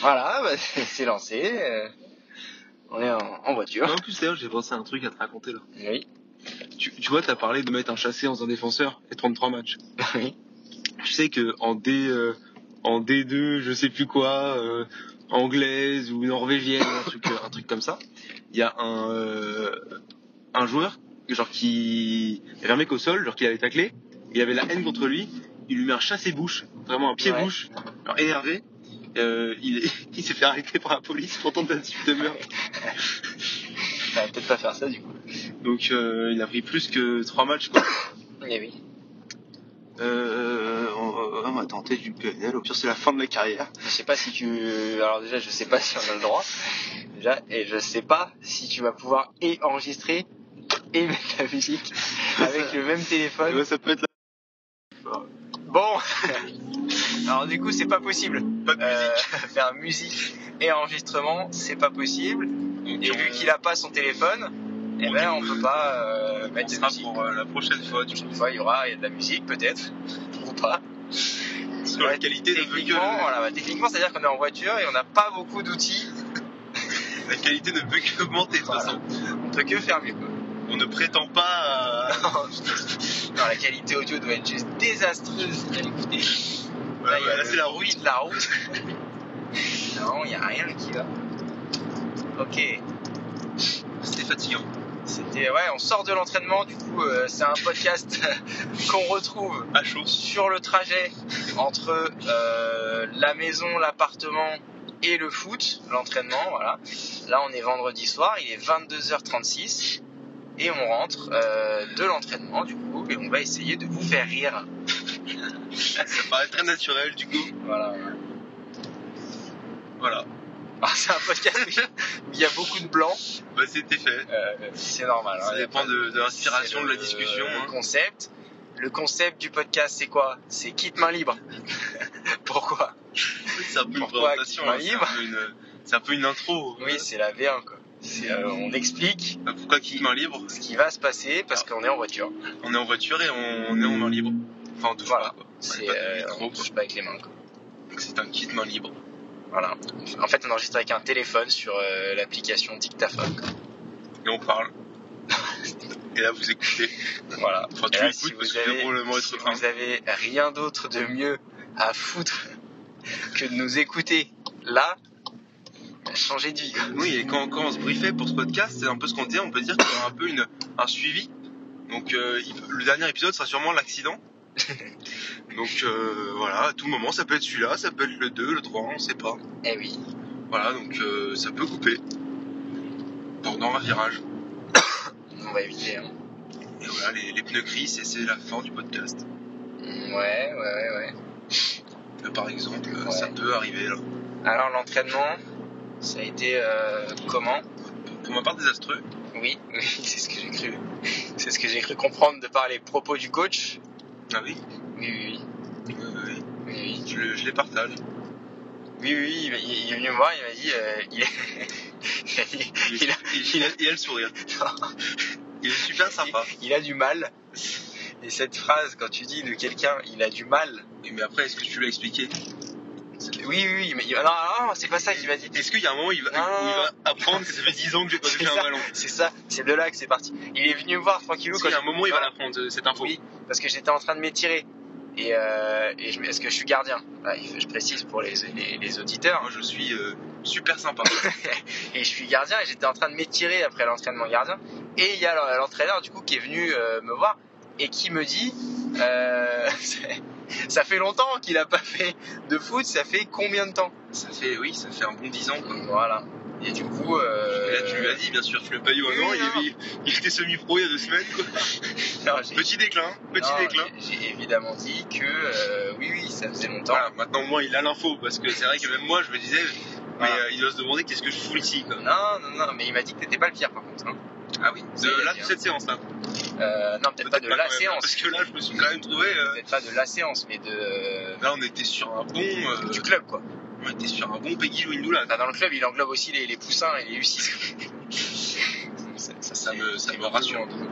Voilà, bah, c'est lancé. euh, on est en, en voiture. En plus, d'ailleurs, j'ai pensé à un truc à te raconter là. Oui. Tu, tu vois, t'as parlé de mettre un chassé dans un défenseur et 33 matchs. Bah Oui. Je sais que en D, euh, en D2, je sais plus quoi, euh, anglaise ou norvégienne, un truc, euh, un truc comme ça. Il y a un, euh, un joueur, genre qui, il y avait un mec au sol, genre qui l'avait taclé, il avait la haine contre lui, il lui met un chassé bouche, vraiment un pied Ouais. bouche, alors énervé. Euh, il il s'est fait arrêter par la police pour tentative de meurtre. Bah, peut-être pas faire ça du coup. Donc euh, il a pris plus que 3 matchs quoi. Mais Eh oui. Euh, on, on va tenter du PNL, au pire c'est la fin de la carrière. Je sais pas si tu. Alors déjà, je sais pas si on a le droit. Déjà, et je sais pas si tu vas pouvoir et enregistrer et mettre la musique avec le même téléphone. ça peut être la... Bon. Alors du coup, c'est pas possible. Pas de Euh, faire musique et enregistrement, c'est pas possible. Et vu qu'il a pas son téléphone, eh ben on peut pas euh, On mettre de sera musique. pour euh, la prochaine fois, du coup, Une fois, il y aura il y a de la musique peut-être ou pas. parce que la qualité ne veut que Techniquement, voilà, bah, techniquement, c'est-à-dire qu'on est en voiture et on n'a pas beaucoup d'outils. la qualité ne peut qu'augmenter de toute Voilà. façon. On peut que faire mieux. Quoi. On ne prétend pas à... Non, la qualité audio doit être juste désastreuse à écouter. Ouais, Là, il y a ouais, là le c'est la bruit ruine. de la route. non, il n'y a rien qui va. Ok, C'était fatigant. c'était. Ouais, on sort de l'entraînement, du coup, euh, c'est un podcast qu'on retrouve À chaud. sur le trajet entre euh, la maison, l'appartement et le foot, l'entraînement, voilà. Là, on est vendredi soir, il est 22h36 et on rentre euh, de l'entraînement, du coup, et on va essayer de vous faire rire. Ça paraît très naturel du coup. Voilà. Voilà. Alors, c'est un podcast où il y a beaucoup de blanc, Bah c'était fait. euh, c'est normal. hein, ça il y a dépend pas- de, de l'inspiration, c'est de la le- discussion. Le hein. concept. Le concept du podcast, c'est quoi C'est quitte main libre. Pourquoi C'est un peu une Pourquoi présentation. acte hein. C'est un libre peu une- C'est un peu une intro. Euh, Oui, c'est la V1 quoi. C'est, euh, on explique Bah, Pourquoi quitte main libre ce qui va se passer parce qu'on est en voiture. On est en voiture et on, on est en main libre. Enfin, on touche Voilà. pas, quoi. On est C'est pas dans le euh, métro, on touche pas avec les mains. Quoi. donc C'est un kit main libre. Voilà. En fait, on enregistre avec un téléphone sur euh, l'application Dictaphone. quoi. Et on parle. et là, vous écoutez. Voilà. Enfin, Et tu là, écoutes si parce vous que c'est avez, probablement si être un. vous avez rien d'autre de mieux à foutre que de nous écouter là, changez de vie. quoi. Oui, et quand, quand on se briefait pour ce podcast, c'est un peu ce qu'on disait. On peut dire qu'il y a un peu une, un suivi. Donc, euh, il- le dernier épisode sera sûrement l'accident. Donc, euh, voilà, à tout moment, ça peut être celui-là, ça peut être le 2, le 3, on sait pas. Eh oui. Voilà, donc euh, ça peut couper pendant un virage. On va éviter. hein. Et voilà, les, les pneus gris, c'est- c'est la fin du podcast. Ouais, ouais, ouais, ouais. Euh, par exemple, euh, Ouais. ça peut arriver. là. Alors l'entraînement, ça a été euh, comment Pour ma part, désastreux. Oui, oui, c'est ce que j'ai cru. C'est ce que j'ai cru comprendre de par les propos du coach. Ah oui, Oui, oui, oui, oui, oui. Oui, je, le- je les partage. oui, oui, oui, il, il est venu me voir, il m'a dit, euh, il, est- il a dit- Il a- il a- il a le sourire. Il est super sympa. il a du mal. Et cette phrase, quand tu dis de quelqu'un, il a du mal. Oui, Mais après, est-ce que tu l'as expliqué Oui, oui, oui, mais il- non, non, non, c'est pas ça qu'il m'a dit. Est-ce qu'il y a un moment où il va, Ah. où il va apprendre que ça fait 10 ans que j'ai pas C'est touché un ça. ballon C'est ça, c'est de là que c'est parti. Il est venu me voir tranquillou Est-ce quand qu'il y a un je- moment où il va l'apprendre, euh, cette info Oui, parce que j'étais en train de m'étirer. Et, euh, et je- est-ce que je suis gardien Voilà, il faut- Je précise pour les, les- les auditeurs. Moi, je suis euh, super sympa. Et je suis gardien et j'étais en train de m'étirer après l'entraînement gardien. Et il y a l'en- l'entraîneur du coup qui est venu euh, me voir et qui me dit euh, Ça fait longtemps qu'il n'a pas fait de foot, ça fait combien de temps ça fait, oui, ça fait un bon 10 ans. Quoi. Voilà. Et du coup. euh, Et là, tu lui as dit, bien sûr, tu l'as pas eu oui, un an, il, non. avait- il était semi-pro il y a deux semaines. quoi. Non, j'ai- Petit déclin, petit non, déclin. j'ai- J'ai évidemment dit que euh, oui, oui, ça faisait longtemps. Voilà, maintenant au moins il a l'info parce que c'est vrai que même moi je me disais, mais Voilà. euh, il doit se demander qu'est-ce que je fous ici quoi. Non, non, non, mais il m'a dit que t'étais pas le pire par contre. hein. Ah oui, Ça, il a de, là dit, de hein. cette séance là. Euh, non, peut-être pas de Peut-être la quand même, hein, Parce séance. que là je me suis quand même trouvé. euh, Peut-être pas de la séance, mais de. euh, là on était sur un bon, euh, Du club quoi. on était sur un bon Peggy Windula. Bah, dans le club, il englobe aussi les, les poussins et les U6. ça, Ça c'est- me- ça c'est me rassure. entre eux.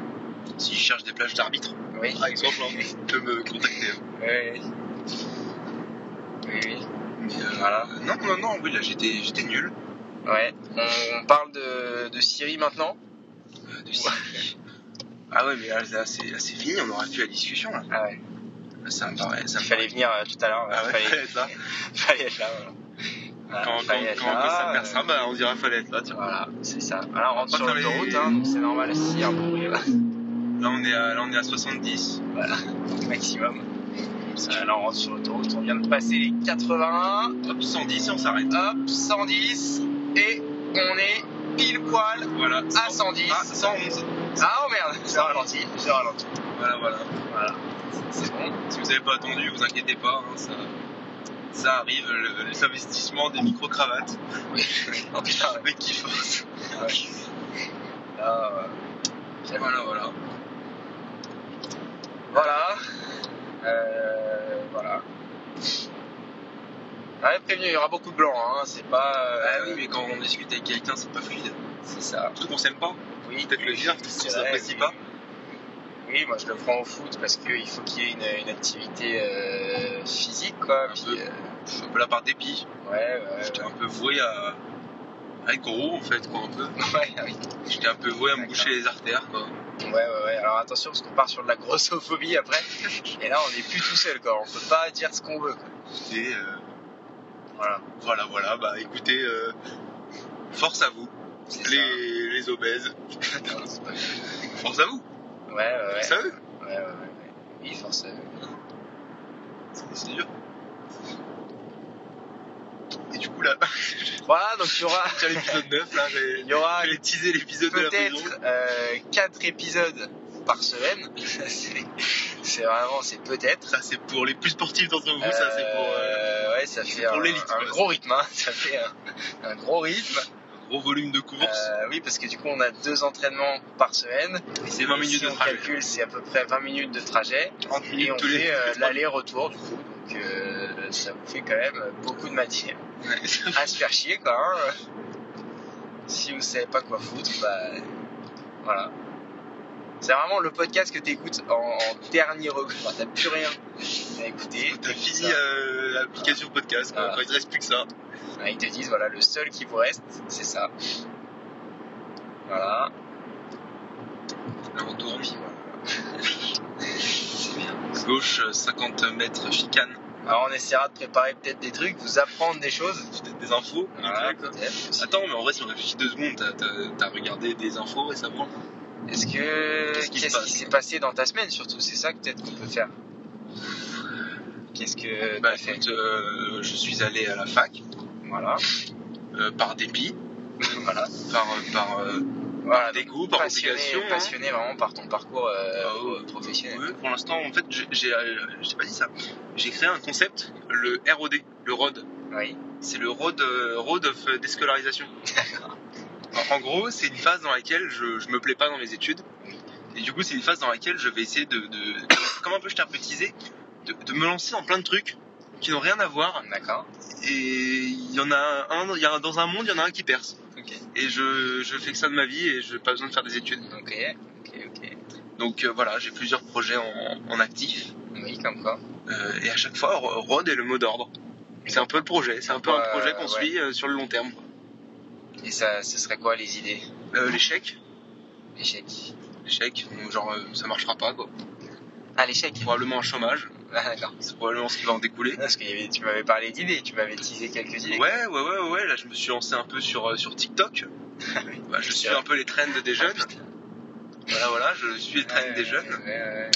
S'il cherche des plages d'arbitre, Oui. par exemple, hein, il peut me contacter. hein. Oui. Oui, oui. Mais euh, Voilà. non, non, non, oui, là j'étais j'étais nul. Ouais. On, on parle de, de Syrie maintenant. Euh, de Syrie. Ah ouais, mais là, là, c'est là, c'est fini, on aura fait la discussion là. Ah ouais. Là, ça me paraît. Ça Il me fallait venir euh, tout à l'heure. paraît- Ah ouais, fallait, fallait être là. fallait être là. Voilà. Voilà, Ah, Quand, quand, fallait être quand, quand là, ça me perd ça, euh, bah, on dirait fallait être là, tiens. Voilà, c'est ça. Voilà, on rentre va sur faire les- l'autoroute, hein, donc c'est normal s'il y a un bruit là, Là on est à, là, on est à 70. maximum. Euh, Là, on rentre sur l'autoroute, on vient de passer les 81, Hop, 110 et on s'arrête. Ah, hop, 110, et on est pile poil Voilà. à 110. Ah, 111. Ah oh merde, j'ai ralenti, j'ai ralenti. Voilà, voilà. Voilà, c'est bon. Si vous n'avez pas attendu, vous inquiétez pas, hein, ça, ça arrive, le- les investissements des micro-cravates. Oh putain, ouais. Le mec qui force. là, euh, j'avoue. Voilà, voilà. Voilà. Euh, voilà. Ouais, prévenu, il y aura beaucoup de blanc, hein. c'est pas. euh, Ah oui, mais quand on discute avec quelqu'un, c'est pas fluide. C'est ça. Surtout qu'on s'aime pas. Oui, Peut-être le dire, parce C'est qu'on vrai, s'apprécie oui. pas. Oui, moi je le prends au foot parce qu'il faut qu'il y ait une, une activité euh, physique, quoi. Un Puis, peu. euh, Je suis un peu là par dépit. ouais, ouais, J'étais un peu voué à, à être gros, en fait, quoi, un peu. ouais, ouais, J'étais un peu voué à me D'accord. boucher les artères, quoi. ouais, ouais, ouais. Alors attention parce qu'on part sur de la grossophobie après. Et là, on n'est plus tout seul, quoi. On peut pas dire ce qu'on veut, quoi. Et euh, Voilà. voilà, voilà, bah écoutez, euh, force à vous, C'est ça. les, les obèses. Non, c'est pas- Ouais, Force à vous, ouais, ouais. force à eux. Ouais, ouais, ouais, ouais. Oui, forcément. C'est- C'est dur. Et du coup, là, Voilà, donc il y aura, tiens, l'épisode 9, là, j'ai il y aura j'ai teasé l'épisode de la prison. Ah, peut-être euh, 4 épisodes par semaine. Ça, c'est c'est vraiment, c'est peut-être. Ça, c'est pour les plus sportifs d'entre vous, ça, c'est pour euh, Euh, ouais, ça fait pour un, l'élite, un quoi. gros rythme, hein. ça fait un, un gros rythme. un gros volume de course. Euh, oui, parce que du coup, on a deux entraînements par semaine. et c'est 20 Et minutes si de on trajet. calcule, c'est à peu près 20 minutes de trajet. 30 minutes Et on tous les fait euh, tous les l'aller-retour, du coup. Donc, euh, ça vous fait quand même beaucoup de matière trois minutes. à se faire chier, quoi. hein. Si vous savez pas quoi foutre, bah voilà. C'est vraiment le podcast que t'écoutes en, en dernier recours. Enfin, T'as plus rien à écouter. T'as Ça. fini euh, l'application podcast, quoi. Voilà. Quand il te reste plus que ça. Ah, Ils te disent, voilà, le seul qui vous reste, c'est ça. Voilà. Là, on tourne. Puis voilà. Gauche, euh, 50 mètres chicane. Alors on essaiera de préparer peut-être des trucs, vous apprendre des choses. Peut-être des infos. des Voilà, trucs, quoi. peut-être aussi. Attends, mais en vrai, si on réfléchit deux secondes, t'as- t'as t'as regardé des infos récemment Est-ce que Qu'est-ce qui se qu'est-ce qui passe s'est passé dans ta semaine surtout C'est ça que peut-être qu'on peut faire. Qu'est-ce que Bah t'as fait écoute, euh, je suis allé à la fac Voilà, euh, par dépit, voilà. par, euh, par, euh, voilà des donc, goûts, par passionné, obligation. hein. passionné vraiment par ton parcours euh, Ah, ouais. professionnel. Ouais, pour l'instant, en fait, j'ai- j'ai, euh, je t'ai pas dit ça. J'ai créé un concept, le ROD, le ROD. Oui. C'est le ROD, euh, ROD of euh, déscolarisation. En en gros, c'est une phase dans laquelle je, je me plais pas dans mes études. Et du coup, c'est une phase dans laquelle je vais essayer de, de- comme un peu je t'ai repétisé, de, de me lancer dans plein de trucs qui n'ont rien à voir. D'accord. Et il y en a un, il y a, dans un monde, il y en a un qui perce. Ok. Et je, je fais que ça de ma vie et je n'ai pas besoin de faire des études. Ok. Ok. Ok. Donc euh, voilà, j'ai plusieurs projets en, en actif. Oui, comme quoi. Euh, et à chaque fois, Ro- Rod est le mot d'ordre. C'est un peu le projet, c'est un peu un Ouais, projet qu'on ouais. suit euh, sur le long terme. Et ça, ce serait quoi les idées Euh, l'échec, L'échec. l'échec, bon, genre euh, ça marchera pas quoi. Ah l'échec. Probablement un chômage, Ah, d'accord. c'est probablement ce qui va en découler. Parce que y avait- tu m'avais parlé d'idées, tu m'avais teasé quelques idées. Ouais, ouais, ouais, ouais, là je me suis lancé un peu sur, euh, sur TikTok. Bah, je suis un peu les trends des jeunes. Voilà, voilà, je suis les trends Ah, Ouais, des jeunes. ouais, ouais,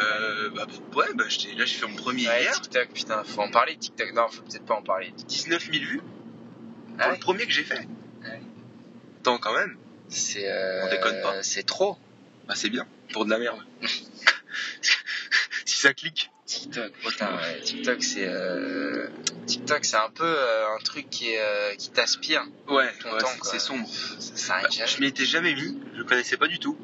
Euh, bah, ouais, bah, j'étais- là j'ai fait mon premier ouais. Ouais, hier. TikTok, putain, faut en parler de TikTok. Non, faut peut-être pas en parler. 19 000 vues pour Ah le premier que j'ai fait. Ouais. Tant quand même, C'est euh, On déconne pas. C'est trop. bah c'est bien, pour de la merde. si ça clique. TikTok, putain, ouais, TikTok, c'est euh, TikTok, c'est un peu euh, un truc qui est, euh, qui t'aspire. Ouais, Ton ouais, temps, c'est- quoi. Ah, c'est sombre. Ça, ça Bah, arrête jamais. je m'y étais jamais mis, je connaissais pas du tout.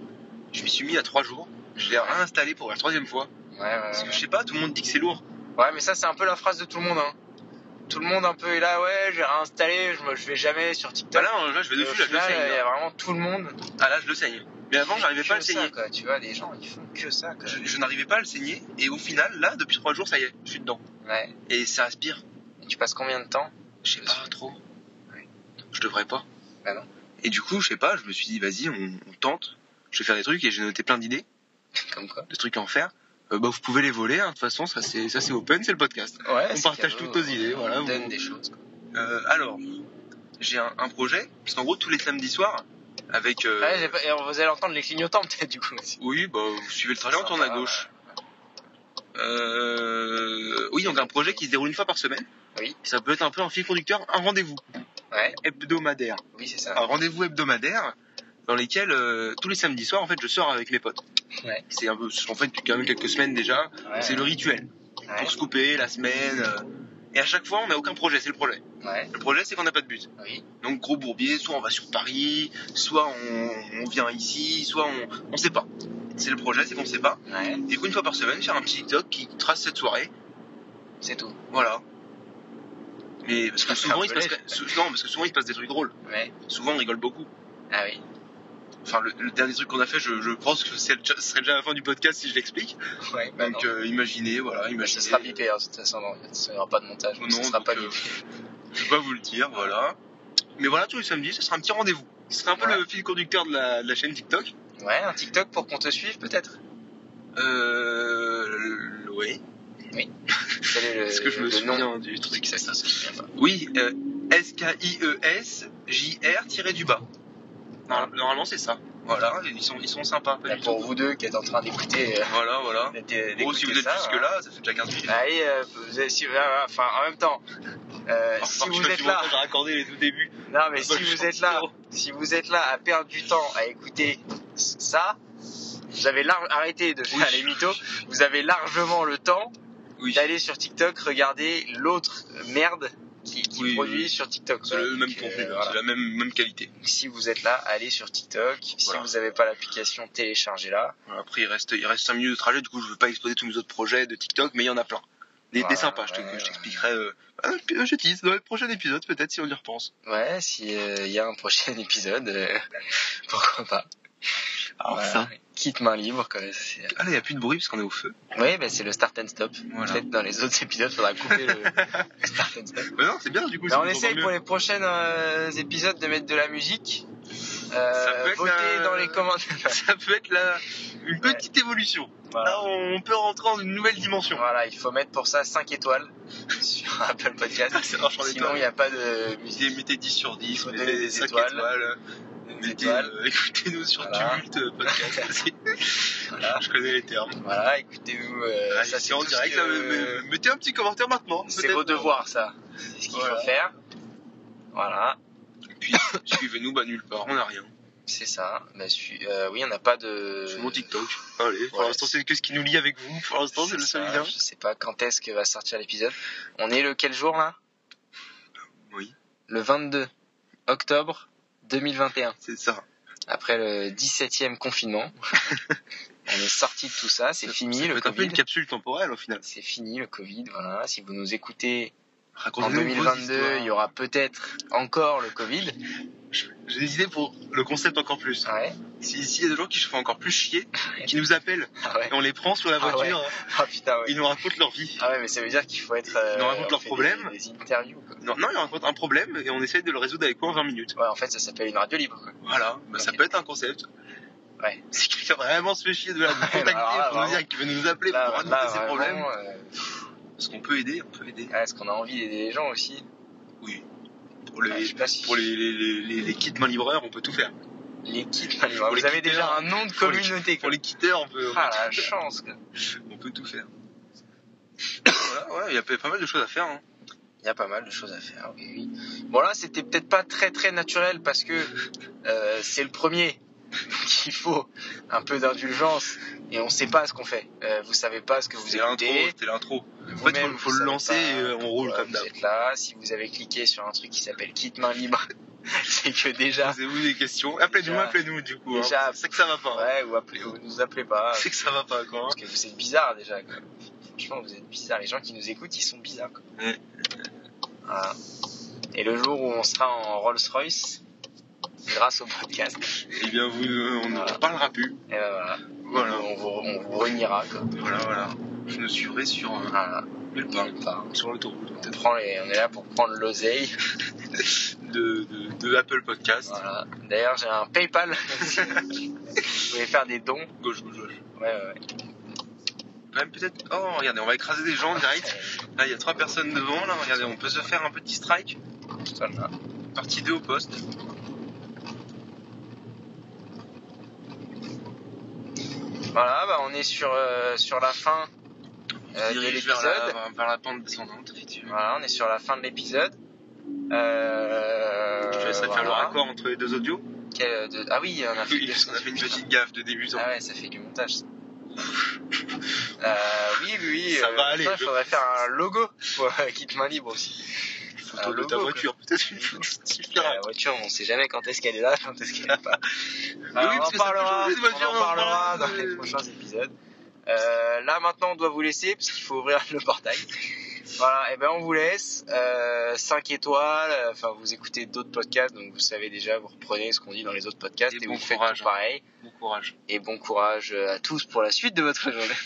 Je m'y suis mis à trois jours. Je l'ai réinstallé pour la troisième fois. Ouais, ouais, Parce ouais. que je sais pas, tout le monde dit que c'est lourd. Ouais, mais ça, c'est un peu la phrase de tout le monde. Hein. Tout le monde un peu est là, ouais, j'ai réinstallé, je, me, je vais jamais sur TikTok. Bah là, euh, là, je vais Et au dessus, là, je le final, saigne. il y a là. vraiment tout le monde. Ah là, je le saigne. Mais avant, j'arrivais Que pas à le ça, saigner. quoi. Tu vois, les gens, ils font que ça. Quoi. Je, je n'arrivais pas à le saigner. Et au final, là, depuis trois jours, ça y est, je suis dedans. Ouais. Et ça aspire. Et tu passes combien de temps Je sais Parce pas trop. Ouais. Je devrais pas. Bah non. Et du coup, je sais pas, je me suis dit, vas-y, on, on tente. Je vais faire des trucs et j'ai noté plein d'idées, Comme quoi de trucs à en faire. Euh, bah, vous pouvez les voler, hein, de toute façon, ça c'est ça c'est open, c'est le podcast. Ouais, On c'est partage cadeau, toutes nos idées, on voilà, donne vous- des choses. quoi. Euh, alors, j'ai un, un projet, parce qu'en gros, tous les samedis soirs, avec. euh, Ouais, j'ai pas- et on- vous allez entendre les clignotants peut-être du coup. aussi. Oui, bah, vous suivez le trajet, on tourne à Sympa, gauche. Euh, oui, donc un projet qui se déroule une fois par semaine. Oui. Ça peut être un peu un fil conducteur, un rendez-vous Ouais, hebdomadaire. euh, oui c'est ça. Un rendez-vous hebdomadaire dans lequel euh, tous les samedis soirs, en fait, je sors avec mes potes. Ouais. C'est un peu, en fait, depuis quand même quelques semaines déjà. Ouais, C'est le rituel ouais, pour se couper la semaine. euh, et à chaque fois, on n'a aucun projet. C'est le projet. ouais, Le projet, c'est qu'on n'a pas de but. oui, Donc gros bourbier, soit on va sur Paris, soit on, on vient ici, soit on, on sait pas. C'est le projet, c'est qu'on sait pas. ouais, Du coup, une fois par semaine, faire un petit TikTok qui trace cette soirée, c'est tout. voilà. Mais parce Ça que souvent il se fait passe, sou- non, parce que souvent il se passe des trucs drôles. Ouais. Souvent on rigole beaucoup. Ah oui. Enfin, le, le dernier truc qu'on a fait, je, je pense que c'est le- ce serait déjà la fin du podcast si je l'explique. Ouais, bah non. Donc euh, imaginez, voilà, Mais imaginez. ce sera bipé, hein, de toute façon, non, il n'y aura pas de montage, Non, donc ce sera donc, pas euh, bipé. Je vais pas vous le dire, voilà. Mais voilà, tous les samedis, ce sera un petit rendez-vous. Ce sera un peu Ouais. le fil conducteur de la- de la chaîne TikTok. Ouais, un TikTok pour qu'on te suive peut-être Euh. Oui. Quel est le, Est-ce que je me le nom souviens du du truc ça, ça se souvient pas. Oui, euh, E S-K-I-E-S-J-R-du-bas. Normalement, c'est ça. Voilà, ils sont, ils sont sympas. pas Là, du pour tout. vous deux qui êtes en train d'écouter. euh, Voilà, voilà. d'écouter Bon, si vous êtes ça, hein. jusque-là, ça fait déjà 15 minutes. Allez, euh, vous êtes- si- euh, enfin, en même temps, euh, Oh, si vous êtes là, J'ai raccordé les tout débuts. non mais Bonne si vous chance, êtes là, frérot. si vous êtes là à perdre du temps à écouter ça, vous avez lar- arrêté de faire Oui. les mythos. Vous avez largement le temps Oui. d'aller sur TikTok regarder l'autre merde qui, qui Oui, produit oui. sur TikTok. C'est quoi. le Donc, même euh, contenu, voilà. c'est la même, même qualité. Si vous êtes là, allez sur TikTok. Si Voilà. vous n'avez pas l'application, téléchargez-la. Voilà, Après, il reste, il reste 5 minutes de trajet, du coup, je veux pas exposer tous mes autres projets de TikTok, mais il y en a plein. Des, des Voilà, sympas, je te- ouais, je ouais. t'expliquerai. Euh, ah, je tease, dans le prochain épisode, peut-être, si on y repense. Ouais, si il y a un prochain épisode, euh, pourquoi pas. Alors, Voilà. ça. Quitte main libre. Quoi. c'est- Ah, là, il n'y a plus de bruit parce qu'on est au feu. Ouais, bah, c'est le start and stop. Voilà. Peut-être dans les autres épisodes, faudra couper le le start and stop. Bah non, c'est bien du coup. Bah, ça on nous essaye entend pour mieux. les prochains euh, épisodes de mettre de la musique. Ça peut Euh, être votez la- dans les commentaires. Ça peut être la... une Ouais. Bah, petite évolution. Voilà. Là, on peut rentrer dans une nouvelle dimension. Voilà, il faut mettre pour ça 5 étoiles sur Apple Podcast. Ça marche en Sinon, il étoile. n'y a pas de musique. Mettez, mettez 10 sur 10, Faut mettez donner des 5 étoiles. étoiles. Des mettez, étoiles. euh, Écoutez-nous sur Voilà. Tumult euh, Podcast. Vas-y. Voilà. Je connais les termes. Voilà, écoutez-nous. euh, Allez, ça, c'est c'est en tout ce Ah, direct. que- là, mais- mais- Mettez un petit commentaire maintenant. C'est peut-être. vos devoirs, ça. C'est ce qu'il Voilà. faut faire. Voilà, Puis, suivez-nous bah, nulle part, on n'a rien. c'est ça. Bah, su- euh, oui, on n'a pas de. Sur mon TikTok. Allez, pour ouais. l'instant, c'est que ce qui nous lie avec vous. Pour l'instant, c'est le seul ça, lien. Je sais pas quand est-ce que va sortir l'épisode. On est le quel jour là Oui. Le 22 octobre 2021. C'est ça. Après le 17e confinement, on est sorti de tout ça. C'est Ça- fini ça le peut être un peu Covid. une capsule temporelle au final. C'est fini le Covid. Voilà. Si vous nous écoutez en Racontez-nous vos 2022, il y histoires. aura peut-être encore le Covid. Je- J'ai des idées pour le concept encore plus. Ouais. Si- S'il y a des gens qui se font encore plus chier, qui nous appellent, Ah ouais. et on les prend sur la Ah voiture, Ah putain ouais. ils nous racontent leur vie. Ah ouais, mais ça veut dire qu'il faut être. euh, Ils nous racontent on leurs fait problèmes. Des, des interviews. Quoi. Non, non, ils racontent un problème et on essaye de le résoudre avec quoi en 20 minutes. Ouais, en fait, ça s'appelle une radio libre. Quoi. Voilà, bah, ça Ok. peut être un concept. Ouais. Si quelqu'un vraiment se fait chier de la bah, contacter alors là, pour nous vraiment. dire qu'il veut nous appeler pour raconter ses vraiment, problèmes, euh, parce qu'on peut aider, on peut aider. Ah, Est-ce qu'on a envie d'aider les gens aussi Oui. Pour les, Ah, Je sais pas si pour les, les, les, les- les kits main libraires, on peut tout faire. les kits. Pour vous les avez kitters. déjà un nom de Pour les- communauté. Pour quoi. les quitteurs, on peut, on peut Ah la tout faire. chance. quoi. On peut tout faire. voilà, voilà, il y a pas mal de choses à faire. hein. Il y a pas mal de choses à faire. Oui. oui. Bon là, c'était peut-être pas très très naturel parce que euh, c'est le premier. Donc, il faut un peu d'indulgence et on sait pas ce qu'on fait. Euh, vous savez pas ce que vous C'était l'intro, écoutez. c'était l'intro. En fait, faut- faut le lancer et, euh, on roule comme Vous êtes là. Si vous avez cliqué sur un truc qui s'appelle kit main libre, c'est que déjà Posez-vous des questions. Appelez-nous, Déjà- appelez-nous du coup. déjà- hein. C'est que ça va pas. hein. ouais ou appelez ou nous appelez pas. C'est que ça va pas quoi. Parce que vous êtes bizarre déjà. Quoi. Franchement, vous êtes bizarre. Les gens qui nous écoutent, ils sont bizarres. Quoi. Ouais. Voilà. Et le jour où on sera en Rolls Royce, grâce au podcast, Eh bien, vous, euh, on ne Voilà. parlera plus. eh ben voilà. Voilà, on vous, on vous réunira. Quoi. voilà, voilà. Je me suis ré sur un. Voilà. nulle part, sur l'autoroute. On, prend les- on est là pour prendre l'oseille. De, de, de Apple Podcast. Voilà. D'ailleurs, j'ai un PayPal. si vous voulez faire des dons. Gauche, gauche, gauche. Ouais, ouais, ouais. Même peut-être. Oh, regardez, on va écraser des gens direct. Là, il y a trois personnes devant. Là, regardez, on peut se faire un petit strike. Voilà. Partie 2 au poste. Voilà, bah, on est sur, euh, sur la fin euh, Je de dirige vers la, l'épisode. vers- vers la pente descendante, effectivement. Voilà, on est sur la fin de l'épisode. Euh, Je laisserai faire le voilà. raccord entre les deux audios. Quel- de- Ah oui, on a fait Oui, parce qu'on a fait une petite gaffe de débutant. Ah ouais, ça fait du montage. ça. Euh, oui, oui, oui. Ça va aller, Il je- faudrait faire un logo pour euh, quitte main libre aussi. Photo un de ta logo, voiture, peut-être une photo Euh, différente. La voiture, on sait jamais quand est-ce qu'elle est là, quand est-ce qu'elle est pas. Mais oui, Ah, on, en parce que ça peut parlera, changer de voiture, on en parlera dans les euh, prochains épisodes. Euh, là maintenant, on doit vous laisser parce qu'il faut ouvrir le portail. Voilà, et ben on vous laisse. Euh, 5 étoiles. euh, Enfin, vous écoutez d'autres podcasts, donc vous savez déjà, vous reprenez ce qu'on dit dans les autres podcasts Et et, bon vous faites courage, tout hein. pareil. Bon courage. Et bon courage euh, à tous pour la suite de votre journée.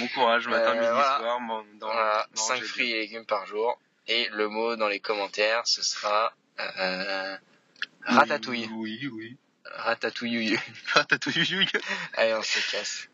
Bon courage, matin, Euh, midi, voilà. soir. mon- Dans, Voilà, dans 5 j'ai- fruits et légumes par jour. Et le mot dans les commentaires, ce sera euh, Oui, ratatouille. Oui, oui. Mmh. Ratatouille. Ratatouille. 哎 Allez, on se casse.